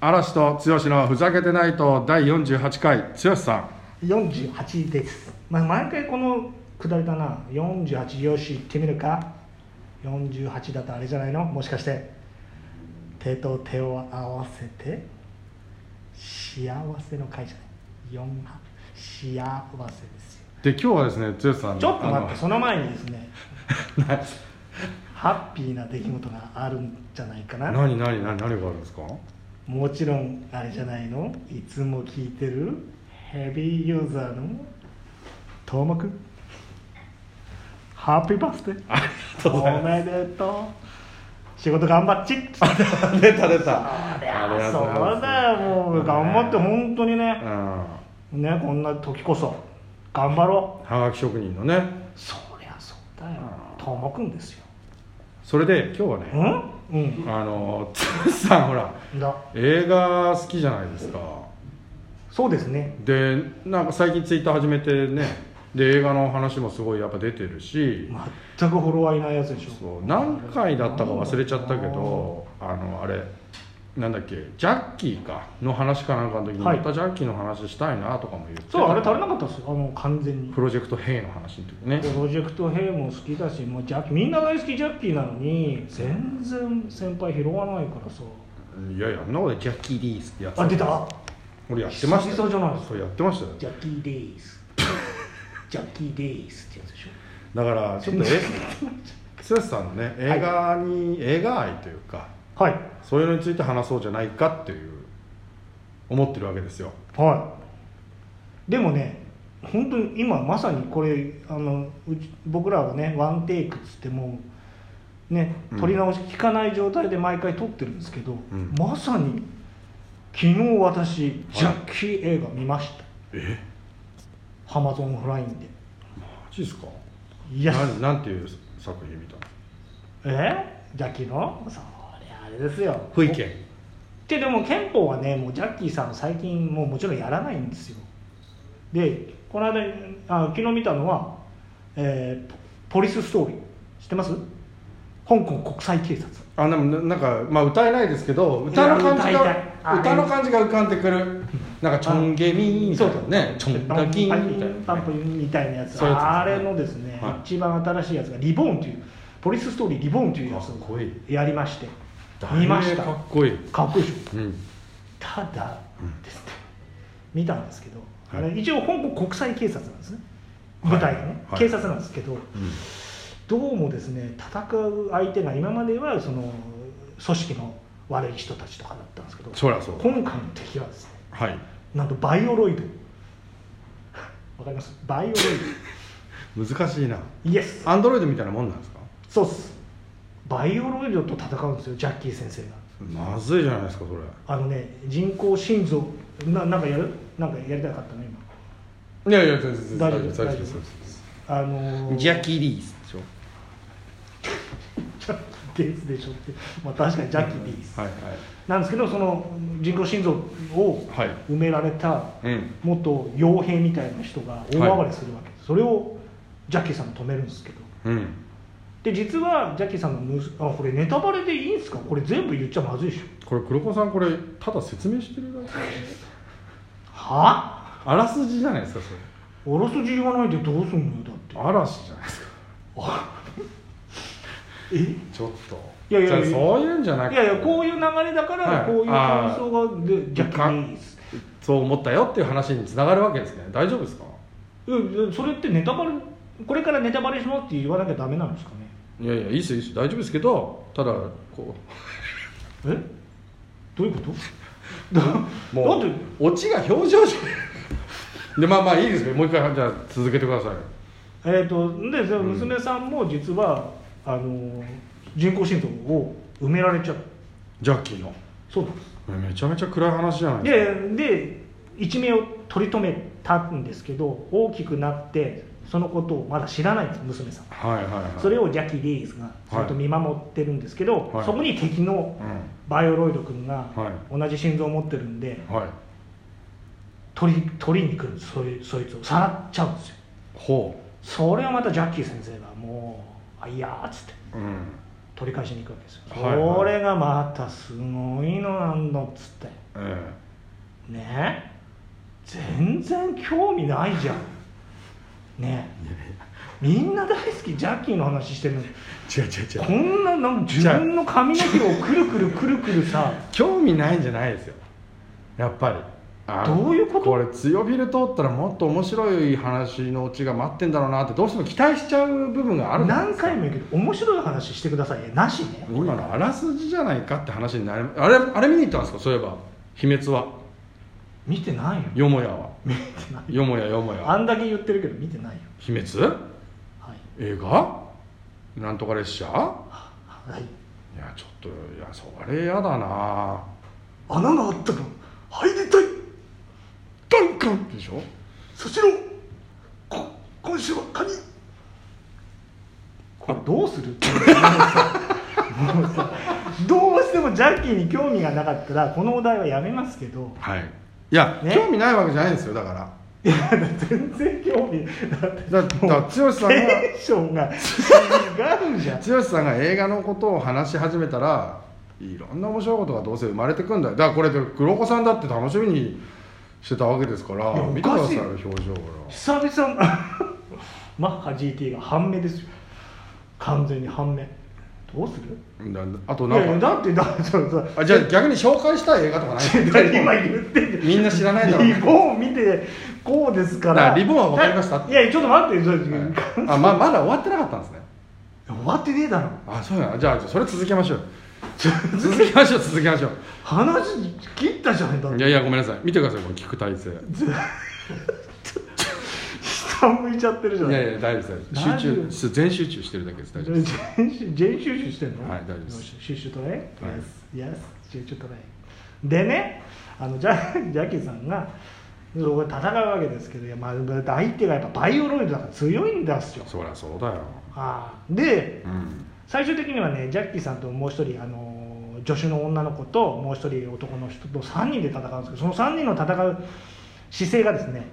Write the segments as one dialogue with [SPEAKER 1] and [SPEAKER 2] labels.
[SPEAKER 1] 嵐と剛のふざけてないと第48回剛さん
[SPEAKER 2] 48です、まあ、毎回このくだりだな48よし行ってみるか48だとあれじゃないのもしかして手と手を合わせて幸せの会じゃない4幸せですよ
[SPEAKER 1] で今日はですね剛さん
[SPEAKER 2] ちょっと
[SPEAKER 1] あ
[SPEAKER 2] 待っ
[SPEAKER 1] の
[SPEAKER 2] てその前にですね
[SPEAKER 1] な
[SPEAKER 2] ハッピーな出来事があるんじゃないかな
[SPEAKER 1] 何何何何があるんです か
[SPEAKER 2] もちろんあれじゃないのいつも聞いてるヘビーユーザーのトーマくんハッピーバースデー
[SPEAKER 1] ありがとうござい
[SPEAKER 2] おめでとう仕事頑張っちそり
[SPEAKER 1] ます出た出た
[SPEAKER 2] ゃそうだよもう頑張って本当に
[SPEAKER 1] う
[SPEAKER 2] ね
[SPEAKER 1] ん
[SPEAKER 2] ねこんな時こそ頑張ろ
[SPEAKER 1] はがき職人のね
[SPEAKER 2] うそりゃそうだよトーマくんですよ
[SPEAKER 1] それで今日はね
[SPEAKER 2] うんうん
[SPEAKER 1] あの剛さんほら
[SPEAKER 2] だ
[SPEAKER 1] 映画好きじゃないですか
[SPEAKER 2] そうですね
[SPEAKER 1] でなんか最近ツイッター始めてねで映画の話もすごいやっぱ出てるし
[SPEAKER 2] 全くフォロワーいないやつでしょ
[SPEAKER 1] そう何回だったか忘れちゃったけどあのあれなんだっけジャッキーかの話かなんかの時にま
[SPEAKER 2] はい
[SPEAKER 1] たジャッキーの話したいなとかも言ってた
[SPEAKER 2] そうあれ足りなかったですよあの完全に
[SPEAKER 1] プロジェクトヘイの話の時ね
[SPEAKER 2] プロジェクトヘイも好きだしもうジャッキーみんな大好きジャッキーなのに全然先輩拾わないからさ
[SPEAKER 1] いやいやあんなことでジャッキーリースってやつ
[SPEAKER 2] あ出た
[SPEAKER 1] 俺やってました
[SPEAKER 2] 久々じゃないですか
[SPEAKER 1] そうやってましたよ
[SPEAKER 2] ジャッキーデイズジャッキーデイズってやつでしょ
[SPEAKER 1] だからちょっとえ剛さんのね映画に、映画愛というか
[SPEAKER 2] はい
[SPEAKER 1] そういうのについて話そうじゃないかっていう思ってるわけですよ
[SPEAKER 2] はいでもね本当に今まさにこれあのうち僕らはねワンテイクっつってもうね
[SPEAKER 1] うん
[SPEAKER 2] 撮り直し聞かない状態で毎回撮ってるんですけど、
[SPEAKER 1] うん
[SPEAKER 2] まさに昨日私ジャッキー映画見ました、
[SPEAKER 1] え
[SPEAKER 2] ハマゾンフラインで
[SPEAKER 1] マジですか
[SPEAKER 2] いや
[SPEAKER 1] なんなんていう作品見たの
[SPEAKER 2] えジャッキーのそれあれですよ
[SPEAKER 1] 福井県
[SPEAKER 2] ででも憲法はねもうジャッキーさん最近もうもちろんやらないんですよでこの間あ昨日見たのは、えーポポリスストーリー」知ってます香港国際警察
[SPEAKER 1] あでもななんかまあ歌えないですけど歌の感じ
[SPEAKER 2] いや歌いた
[SPEAKER 1] が
[SPEAKER 2] い
[SPEAKER 1] 歌の感じが浮かんでくるなんかちょんげみみたいなねちょんだきみた
[SPEAKER 2] パ
[SPEAKER 1] い
[SPEAKER 2] ンパンパンパ
[SPEAKER 1] なね
[SPEAKER 2] ンみたいなやつ
[SPEAKER 1] そういうやつですね
[SPEAKER 2] あれのですね、
[SPEAKER 1] はい
[SPEAKER 2] 一番新しいやつが「リボーン」というポリスストーリー「リボーン」というやつ
[SPEAKER 1] かっこ
[SPEAKER 2] を
[SPEAKER 1] いい
[SPEAKER 2] やりまして見まし
[SPEAKER 1] だ
[SPEAKER 2] た
[SPEAKER 1] いぶかっこいい
[SPEAKER 2] かっこいいでしょ
[SPEAKER 1] うん
[SPEAKER 2] ただ
[SPEAKER 1] うん
[SPEAKER 2] ですね、見たんですけど、
[SPEAKER 1] はい
[SPEAKER 2] あれ一応香港国際警察なんですね
[SPEAKER 1] はい
[SPEAKER 2] 舞台がね、
[SPEAKER 1] はい
[SPEAKER 2] 警察なんですけど
[SPEAKER 1] うん
[SPEAKER 2] どうもですね戦う相手が今まではその組織の悪い人たちとかだったんですけど
[SPEAKER 1] そりゃそうだ
[SPEAKER 2] 今回の敵はですね
[SPEAKER 1] はい
[SPEAKER 2] なんとバイオロイド わかりますバイオロイ
[SPEAKER 1] 難しいな
[SPEAKER 2] ドイエス
[SPEAKER 1] アンドロイドみたいなもんなんですか
[SPEAKER 2] そうっすバイオロイドと戦うんですよジャッキー先生が
[SPEAKER 1] まずいじゃないですかそれ
[SPEAKER 2] あのね人工心臓ななんかやるなんかやりたかったね今
[SPEAKER 1] いやいや全然
[SPEAKER 2] 大丈夫です
[SPEAKER 1] です
[SPEAKER 2] 大丈夫
[SPEAKER 1] 大です
[SPEAKER 2] あのー
[SPEAKER 1] ジャッキーリースでしょ
[SPEAKER 2] ジャッキーデイ ズでしょって、まあ、確かにジャッキーデイズ、
[SPEAKER 1] はい
[SPEAKER 2] なんですけどその人工心臓を
[SPEAKER 1] はいはい
[SPEAKER 2] 埋められた
[SPEAKER 1] うん
[SPEAKER 2] 元傭兵みたいな人が大暴れするわけです、それをジャッキーさんが止めるんですけど
[SPEAKER 1] うん
[SPEAKER 2] で実はジャッキーさんのむすあこれネタバレでいいんですかこれ全部言っちゃまずいでしょ
[SPEAKER 1] これ黒子さんこれただ説明してるだけ
[SPEAKER 2] はあ
[SPEAKER 1] あらすじじゃないですかそれ
[SPEAKER 2] おろすじ言わないでどうすんのよだって
[SPEAKER 1] 嵐じゃないですか
[SPEAKER 2] えい
[SPEAKER 1] ちょっと
[SPEAKER 2] いやいやいや
[SPEAKER 1] じゃあそういうんじゃなくて
[SPEAKER 2] やいやこういう流れだ
[SPEAKER 1] は
[SPEAKER 2] から
[SPEAKER 1] い
[SPEAKER 2] こういう感想がでジャッキーデイズ
[SPEAKER 1] そう思ったよっていう話につながるわけですね大丈夫ですか
[SPEAKER 2] うんそれってネタバレこれからネタバレしますって言わなきゃダメなんですかね
[SPEAKER 1] いやいやいいっすよいいっすよ大丈夫ですけどただこ
[SPEAKER 2] えどういうことだ
[SPEAKER 1] うもう
[SPEAKER 2] なんで
[SPEAKER 1] オチが表情じゃでまあまあいいですよもう一回じゃあ続けてください
[SPEAKER 2] えっ、とでその娘さんも実は、あの人工心臓を埋められちゃう
[SPEAKER 1] ジャッキーの
[SPEAKER 2] そうなんです
[SPEAKER 1] これめちゃめちゃ暗い話じゃないですか
[SPEAKER 2] でで一命を取り留めたんですけど大きくなってそのことをまだ知らないんです娘さん
[SPEAKER 1] はいはいはい
[SPEAKER 2] それをジャッキー・デイズがずっと見守ってるんですけど、
[SPEAKER 1] はい
[SPEAKER 2] そこに敵の
[SPEAKER 1] う
[SPEAKER 2] バイオロイド君が
[SPEAKER 1] は
[SPEAKER 2] 同じ心臓を持ってるんで
[SPEAKER 1] んはい
[SPEAKER 2] 取り取りに来るんですそいそいつをさらっちゃうんですよ
[SPEAKER 1] ほ
[SPEAKER 2] それをまたジャッキー先生がもう「あいや」っつって
[SPEAKER 1] ううん
[SPEAKER 2] 取り返しに行くわけですよ、
[SPEAKER 1] はいはい
[SPEAKER 2] それがまたすごいのなんだっつって
[SPEAKER 1] え
[SPEAKER 2] ねえ全然興味ないじゃんねえみんな大好きジャッキーの話してるのに
[SPEAKER 1] え違う違う
[SPEAKER 2] こ
[SPEAKER 1] 違うん
[SPEAKER 2] ななんか自分の髪の毛をくるくるくるくるさ
[SPEAKER 1] 興味ないんじゃないですよやっぱりあの
[SPEAKER 2] どういうこと
[SPEAKER 1] これ強火で通ったらもっと面白い話のオチが待ってんだろうなってどうしても期待しちゃう部分がある
[SPEAKER 2] 何回も言うけど面白い話してくださいねなしね
[SPEAKER 1] 今のあらすじじゃないかって話になるあれあれ見に行ったんですかそういえば秘密は
[SPEAKER 2] 見 てないよ
[SPEAKER 1] よもやは
[SPEAKER 2] 見てない
[SPEAKER 1] よもやよも
[SPEAKER 2] あ
[SPEAKER 1] や
[SPEAKER 2] んだけ言ってるけど見てないよ
[SPEAKER 1] 秘密
[SPEAKER 2] はい
[SPEAKER 1] 映画なんとか列車い
[SPEAKER 2] はい
[SPEAKER 1] やちょっといやそれやだな
[SPEAKER 2] 穴があったが入りたい
[SPEAKER 1] ダンカンでしょ
[SPEAKER 2] そちらこ今週はカニこれどうするもうさどうしてもジャッキーに興味がなかったらこのお題はやめますけど
[SPEAKER 1] はいいや、
[SPEAKER 2] ね
[SPEAKER 1] 興味ないわけじゃないんですよだから
[SPEAKER 2] いや全然興味だって
[SPEAKER 1] だだから剛さんが
[SPEAKER 2] テンションが違うじゃん
[SPEAKER 1] 剛さんが映画のことを話し始めたらいろんな面白いことがどうせ生まれてくんだよだからこれで黒子さんだって楽しみにしてたわけですから
[SPEAKER 2] いやおかしい
[SPEAKER 1] 見てくださいよ表情か
[SPEAKER 2] 久々のマッハ GT が半目ですよ完全に半目どうする
[SPEAKER 1] らだあと
[SPEAKER 2] い
[SPEAKER 1] な
[SPEAKER 2] やいや
[SPEAKER 1] んか
[SPEAKER 2] だってだってそうそう
[SPEAKER 1] あじゃあ逆に紹介したい映画とかないですか
[SPEAKER 2] 今言ってんじゃん
[SPEAKER 1] みんな知らないだろう
[SPEAKER 2] リボンを見てこうですから
[SPEAKER 1] だからリボンは分かりました
[SPEAKER 2] いやいやちょっと待って、それ
[SPEAKER 1] はい あままだ終わってなかったんですね
[SPEAKER 2] 終わってねえだろ
[SPEAKER 1] あそうやなじゃあそれ続けましょう 続けましょう続けましょ
[SPEAKER 2] 話切ったじゃんだっ
[SPEAKER 1] うい
[SPEAKER 2] て
[SPEAKER 1] やいやごめんなさい見てくださいこの聞く体勢
[SPEAKER 2] 下向いちゃってるじゃん
[SPEAKER 1] いやいや大丈夫です大丈夫集中す全集中してるだけです大丈夫です
[SPEAKER 2] 全収集してんの
[SPEAKER 1] はい大丈夫です
[SPEAKER 2] 収集トライ Yes Yes 収集トライでねあのジャジャッキーさんがそこで戦うわけですけどいや、まあ、だって相手がやっぱバイオロイドだから強いんですよ
[SPEAKER 1] そりゃそうだよ
[SPEAKER 2] ああで
[SPEAKER 1] うん
[SPEAKER 2] 最終的にはねジャッキーさんともう一人あのー助手の女の子ともう一人男の人と3人で戦うんですけどその3人の戦う姿勢がです ね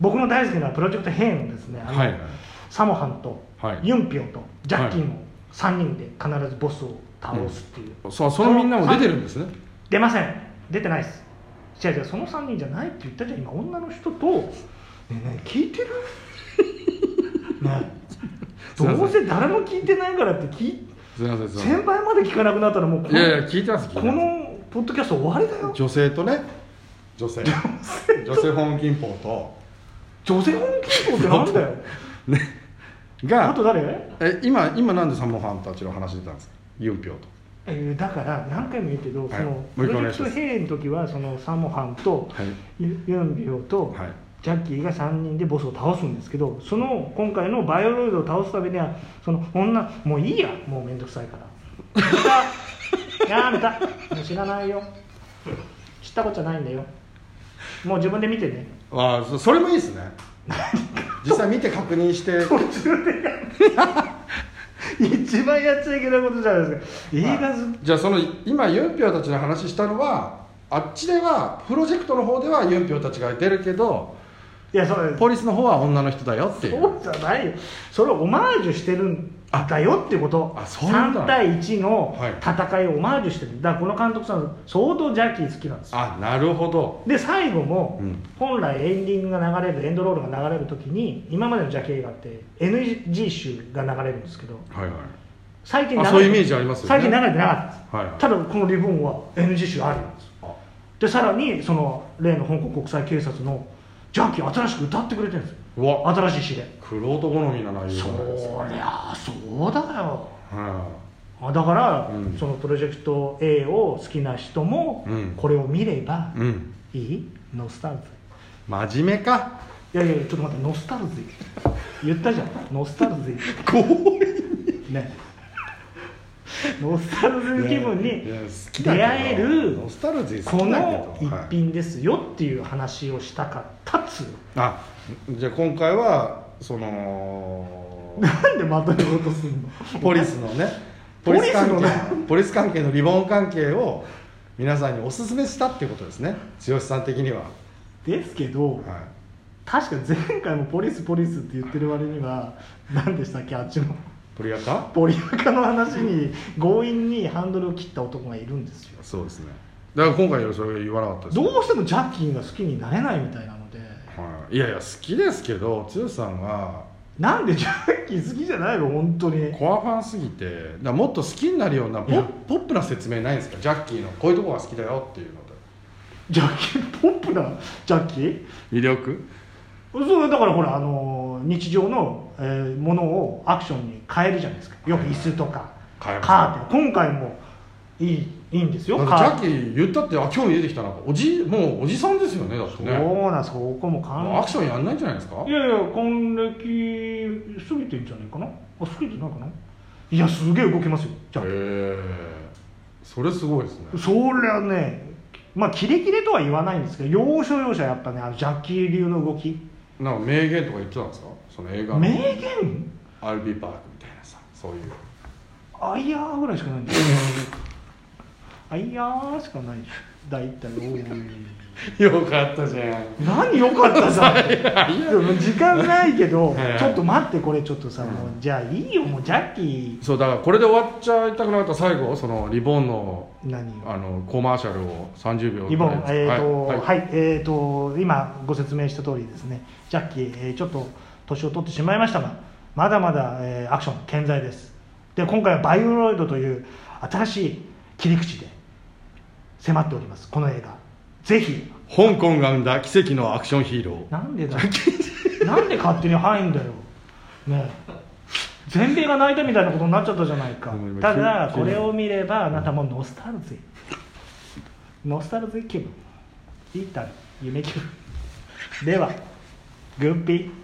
[SPEAKER 2] 僕の大好きなプロジェクトヘイのですね、あの
[SPEAKER 1] はいはい
[SPEAKER 2] サモハンと
[SPEAKER 1] はい
[SPEAKER 2] ユンピョンとジャッキーの3人で必ずボスを倒すっていう、
[SPEAKER 1] そうそのみんなも出てるんですね
[SPEAKER 2] 出ません出てないです違う違うその3人じゃないって言ったじゃん今女の人とねえねえ聞いて るねえ
[SPEAKER 1] すいません
[SPEAKER 2] どうせ誰も聞いてないからって聞い
[SPEAKER 1] すみませんすみま
[SPEAKER 2] 先輩まで聞かなくなったらもうこ
[SPEAKER 1] せん
[SPEAKER 2] の
[SPEAKER 1] いやいや聞いてます聞いて
[SPEAKER 2] こ
[SPEAKER 1] ます
[SPEAKER 2] のポッドキャスト終わりだよ
[SPEAKER 1] 女性とね女 性女性本金法と
[SPEAKER 2] 女性本気校ってなんだよ
[SPEAKER 1] ね
[SPEAKER 2] あ
[SPEAKER 1] が
[SPEAKER 2] と誰
[SPEAKER 1] え今今なんでサモハンたちの話出たんですかユンピョウと
[SPEAKER 2] えーだから何回も言うけど、
[SPEAKER 1] い
[SPEAKER 2] その
[SPEAKER 1] も
[SPEAKER 2] プ
[SPEAKER 1] う
[SPEAKER 2] ロ
[SPEAKER 1] 一
[SPEAKER 2] ジ
[SPEAKER 1] 回お願い
[SPEAKER 2] ェク
[SPEAKER 1] しま
[SPEAKER 2] ト
[SPEAKER 1] す
[SPEAKER 2] 兵の時はそのサモハンと
[SPEAKER 1] はい
[SPEAKER 2] ユユンビオと、
[SPEAKER 1] はい
[SPEAKER 2] ジャッキーが3人でボスを倒すんですけどその今回のバイオロイドを倒すためにはその女もういいやもう面倒くさいから知ったやめたもう知らないよ知ったことじゃないんだよもう自分で見てね
[SPEAKER 1] あーそそれもいい ですね実際見て確認して
[SPEAKER 2] 途中で一番やっちゃいけないことじゃないですか映画好
[SPEAKER 1] じゃあその今ユンピョウたちの話したのはあっちではプロジェクトの方ではユンピョウたちが出るけど
[SPEAKER 2] きいやそれ
[SPEAKER 1] ポリスの方は女の人だよってい
[SPEAKER 2] そう
[SPEAKER 1] う
[SPEAKER 2] じゃないよそれをオマージュしてるんだよってこと
[SPEAKER 1] あそういうことな
[SPEAKER 2] 3
[SPEAKER 1] の
[SPEAKER 2] 対1の
[SPEAKER 1] はい
[SPEAKER 2] 戦いをオマージュしてるだからこの監督さん相当ジャッキー好きなんですよ
[SPEAKER 1] あなるほど
[SPEAKER 2] で最後も、
[SPEAKER 1] うん
[SPEAKER 2] 本来エンディングが流れるエンドロールが流れる時に今までのジャッキー映画って NG 集が流れるんですけど
[SPEAKER 1] はいはい
[SPEAKER 2] 最近流
[SPEAKER 1] あ
[SPEAKER 2] れ
[SPEAKER 1] そういうイメージありますよね
[SPEAKER 2] 最近流れてなかったです、
[SPEAKER 1] はいはい
[SPEAKER 2] ただこのリボンは NG 集あるんです
[SPEAKER 1] あ
[SPEAKER 2] でさらにその例の香港国際警察のジャッキー新しく歌ってくれてるんですよ
[SPEAKER 1] うわ
[SPEAKER 2] 新しい詩で
[SPEAKER 1] クロート好みな内容
[SPEAKER 2] そ
[SPEAKER 1] じゃないですか
[SPEAKER 2] りゃあそうだよ
[SPEAKER 1] は
[SPEAKER 2] あだから、
[SPEAKER 1] うん
[SPEAKER 2] そのプロジェクト A を好きな人も、
[SPEAKER 1] うん
[SPEAKER 2] これを見れば
[SPEAKER 1] いうん
[SPEAKER 2] いいノスタルジ
[SPEAKER 1] 真面目か
[SPEAKER 2] ーいやいやちょっと待ってノスタルジー言ったじゃんノスタルジー
[SPEAKER 1] 強引
[SPEAKER 2] ねノスタルジー気分
[SPEAKER 1] いや
[SPEAKER 2] に
[SPEAKER 1] 好きだけど
[SPEAKER 2] 出会える
[SPEAKER 1] ノスタルジー好
[SPEAKER 2] こ
[SPEAKER 1] きだけど
[SPEAKER 2] の一
[SPEAKER 1] はい
[SPEAKER 2] 品ですよっていう話をしたかったっつう
[SPEAKER 1] あじゃあ今回はその
[SPEAKER 2] のなんでまとめ事すんの
[SPEAKER 1] ポリスのね
[SPEAKER 2] ポ
[SPEAKER 1] ポ
[SPEAKER 2] リ
[SPEAKER 1] リ
[SPEAKER 2] ス
[SPEAKER 1] ス
[SPEAKER 2] の
[SPEAKER 1] 関
[SPEAKER 2] ね
[SPEAKER 1] 係ポリス関係のリボン関係を皆さんにお勧めしたっていうことですね剛さん的には、は
[SPEAKER 2] ですけど
[SPEAKER 1] い、
[SPEAKER 2] 確か前回もポリスポリスって言ってる割には何でしたっけあっちの
[SPEAKER 1] 取り扱
[SPEAKER 2] ポリアカの話に強引にハンドルを切った男がいるんですよ
[SPEAKER 1] そうですねだから今回よりそれ言わなかったです、
[SPEAKER 2] どうしてもジャッキーが好きになれないみたいなので
[SPEAKER 1] はい、いやいや好きですけど剛さんは
[SPEAKER 2] なんでジャッキー好きじゃないの本当に
[SPEAKER 1] コアファンすぎてだからもっと好きになるようなポ
[SPEAKER 2] いや
[SPEAKER 1] ポップな説明ないんですかジャッキーのこういうとこが好きだよっていうので
[SPEAKER 2] ジャッキーポップなジャッキー
[SPEAKER 1] 魅力
[SPEAKER 2] そうだからほらあの日常の、えーものをアクションに変えるじゃないですかよく椅子とか
[SPEAKER 1] 変えます
[SPEAKER 2] カーテン今回もいいいいんですよ
[SPEAKER 1] だって
[SPEAKER 2] カ
[SPEAKER 1] ジ
[SPEAKER 2] ー
[SPEAKER 1] ャッキー言ったってあ興味出てきたなおじもうおじさんですよねだってねも
[SPEAKER 2] そうなんそこも考
[SPEAKER 1] うアクションやんないんじゃないですか
[SPEAKER 2] いやいや還暦過ぎてんじゃないかなあ過ぎてないかないやすげえ動きますよジャッキ
[SPEAKER 1] へ
[SPEAKER 2] ー
[SPEAKER 1] えそれすごいですね
[SPEAKER 2] そりゃねまあキレキレとは言わないんですけど要所要所やっぱねあのジャッキー流の動き
[SPEAKER 1] なんか名言とか言ってたんですかその映画の
[SPEAKER 2] 名言
[SPEAKER 1] 「I'll be back」みたいなさそういう
[SPEAKER 2] あいやーぐらいしかない んですあいやーしかないです大体おい
[SPEAKER 1] よかったじゃん
[SPEAKER 2] 何よかったさでも時間ないけど
[SPEAKER 1] はいはい
[SPEAKER 2] ちょっと待ってこれちょっとさもうじゃあいいよもうジャッキー
[SPEAKER 1] そうだからこれで終わっちゃいたくなかった最後そのリボンの
[SPEAKER 2] 何を
[SPEAKER 1] あのコマーシャルを30秒
[SPEAKER 2] リボン、えーと
[SPEAKER 1] は
[SPEAKER 2] はいい
[SPEAKER 1] はい
[SPEAKER 2] えー、と今ご説明した通りですねジャッキー、えーちょっと年を取ってしまいましたがまだまだ、えーアクション健在ですで今回はバイオロイドという新しい切り口で迫っておりますこの映画ぜひ
[SPEAKER 1] 香港が生んだ奇跡のアクションヒーロー
[SPEAKER 2] なんでだよなんで勝手に入んだよねえ全米が泣いたみたいなことになっちゃったじゃないか
[SPEAKER 1] うん
[SPEAKER 2] ただこれを見ればあなたもノスタルジーノスタルジー気分いいた夢気分ではグッピー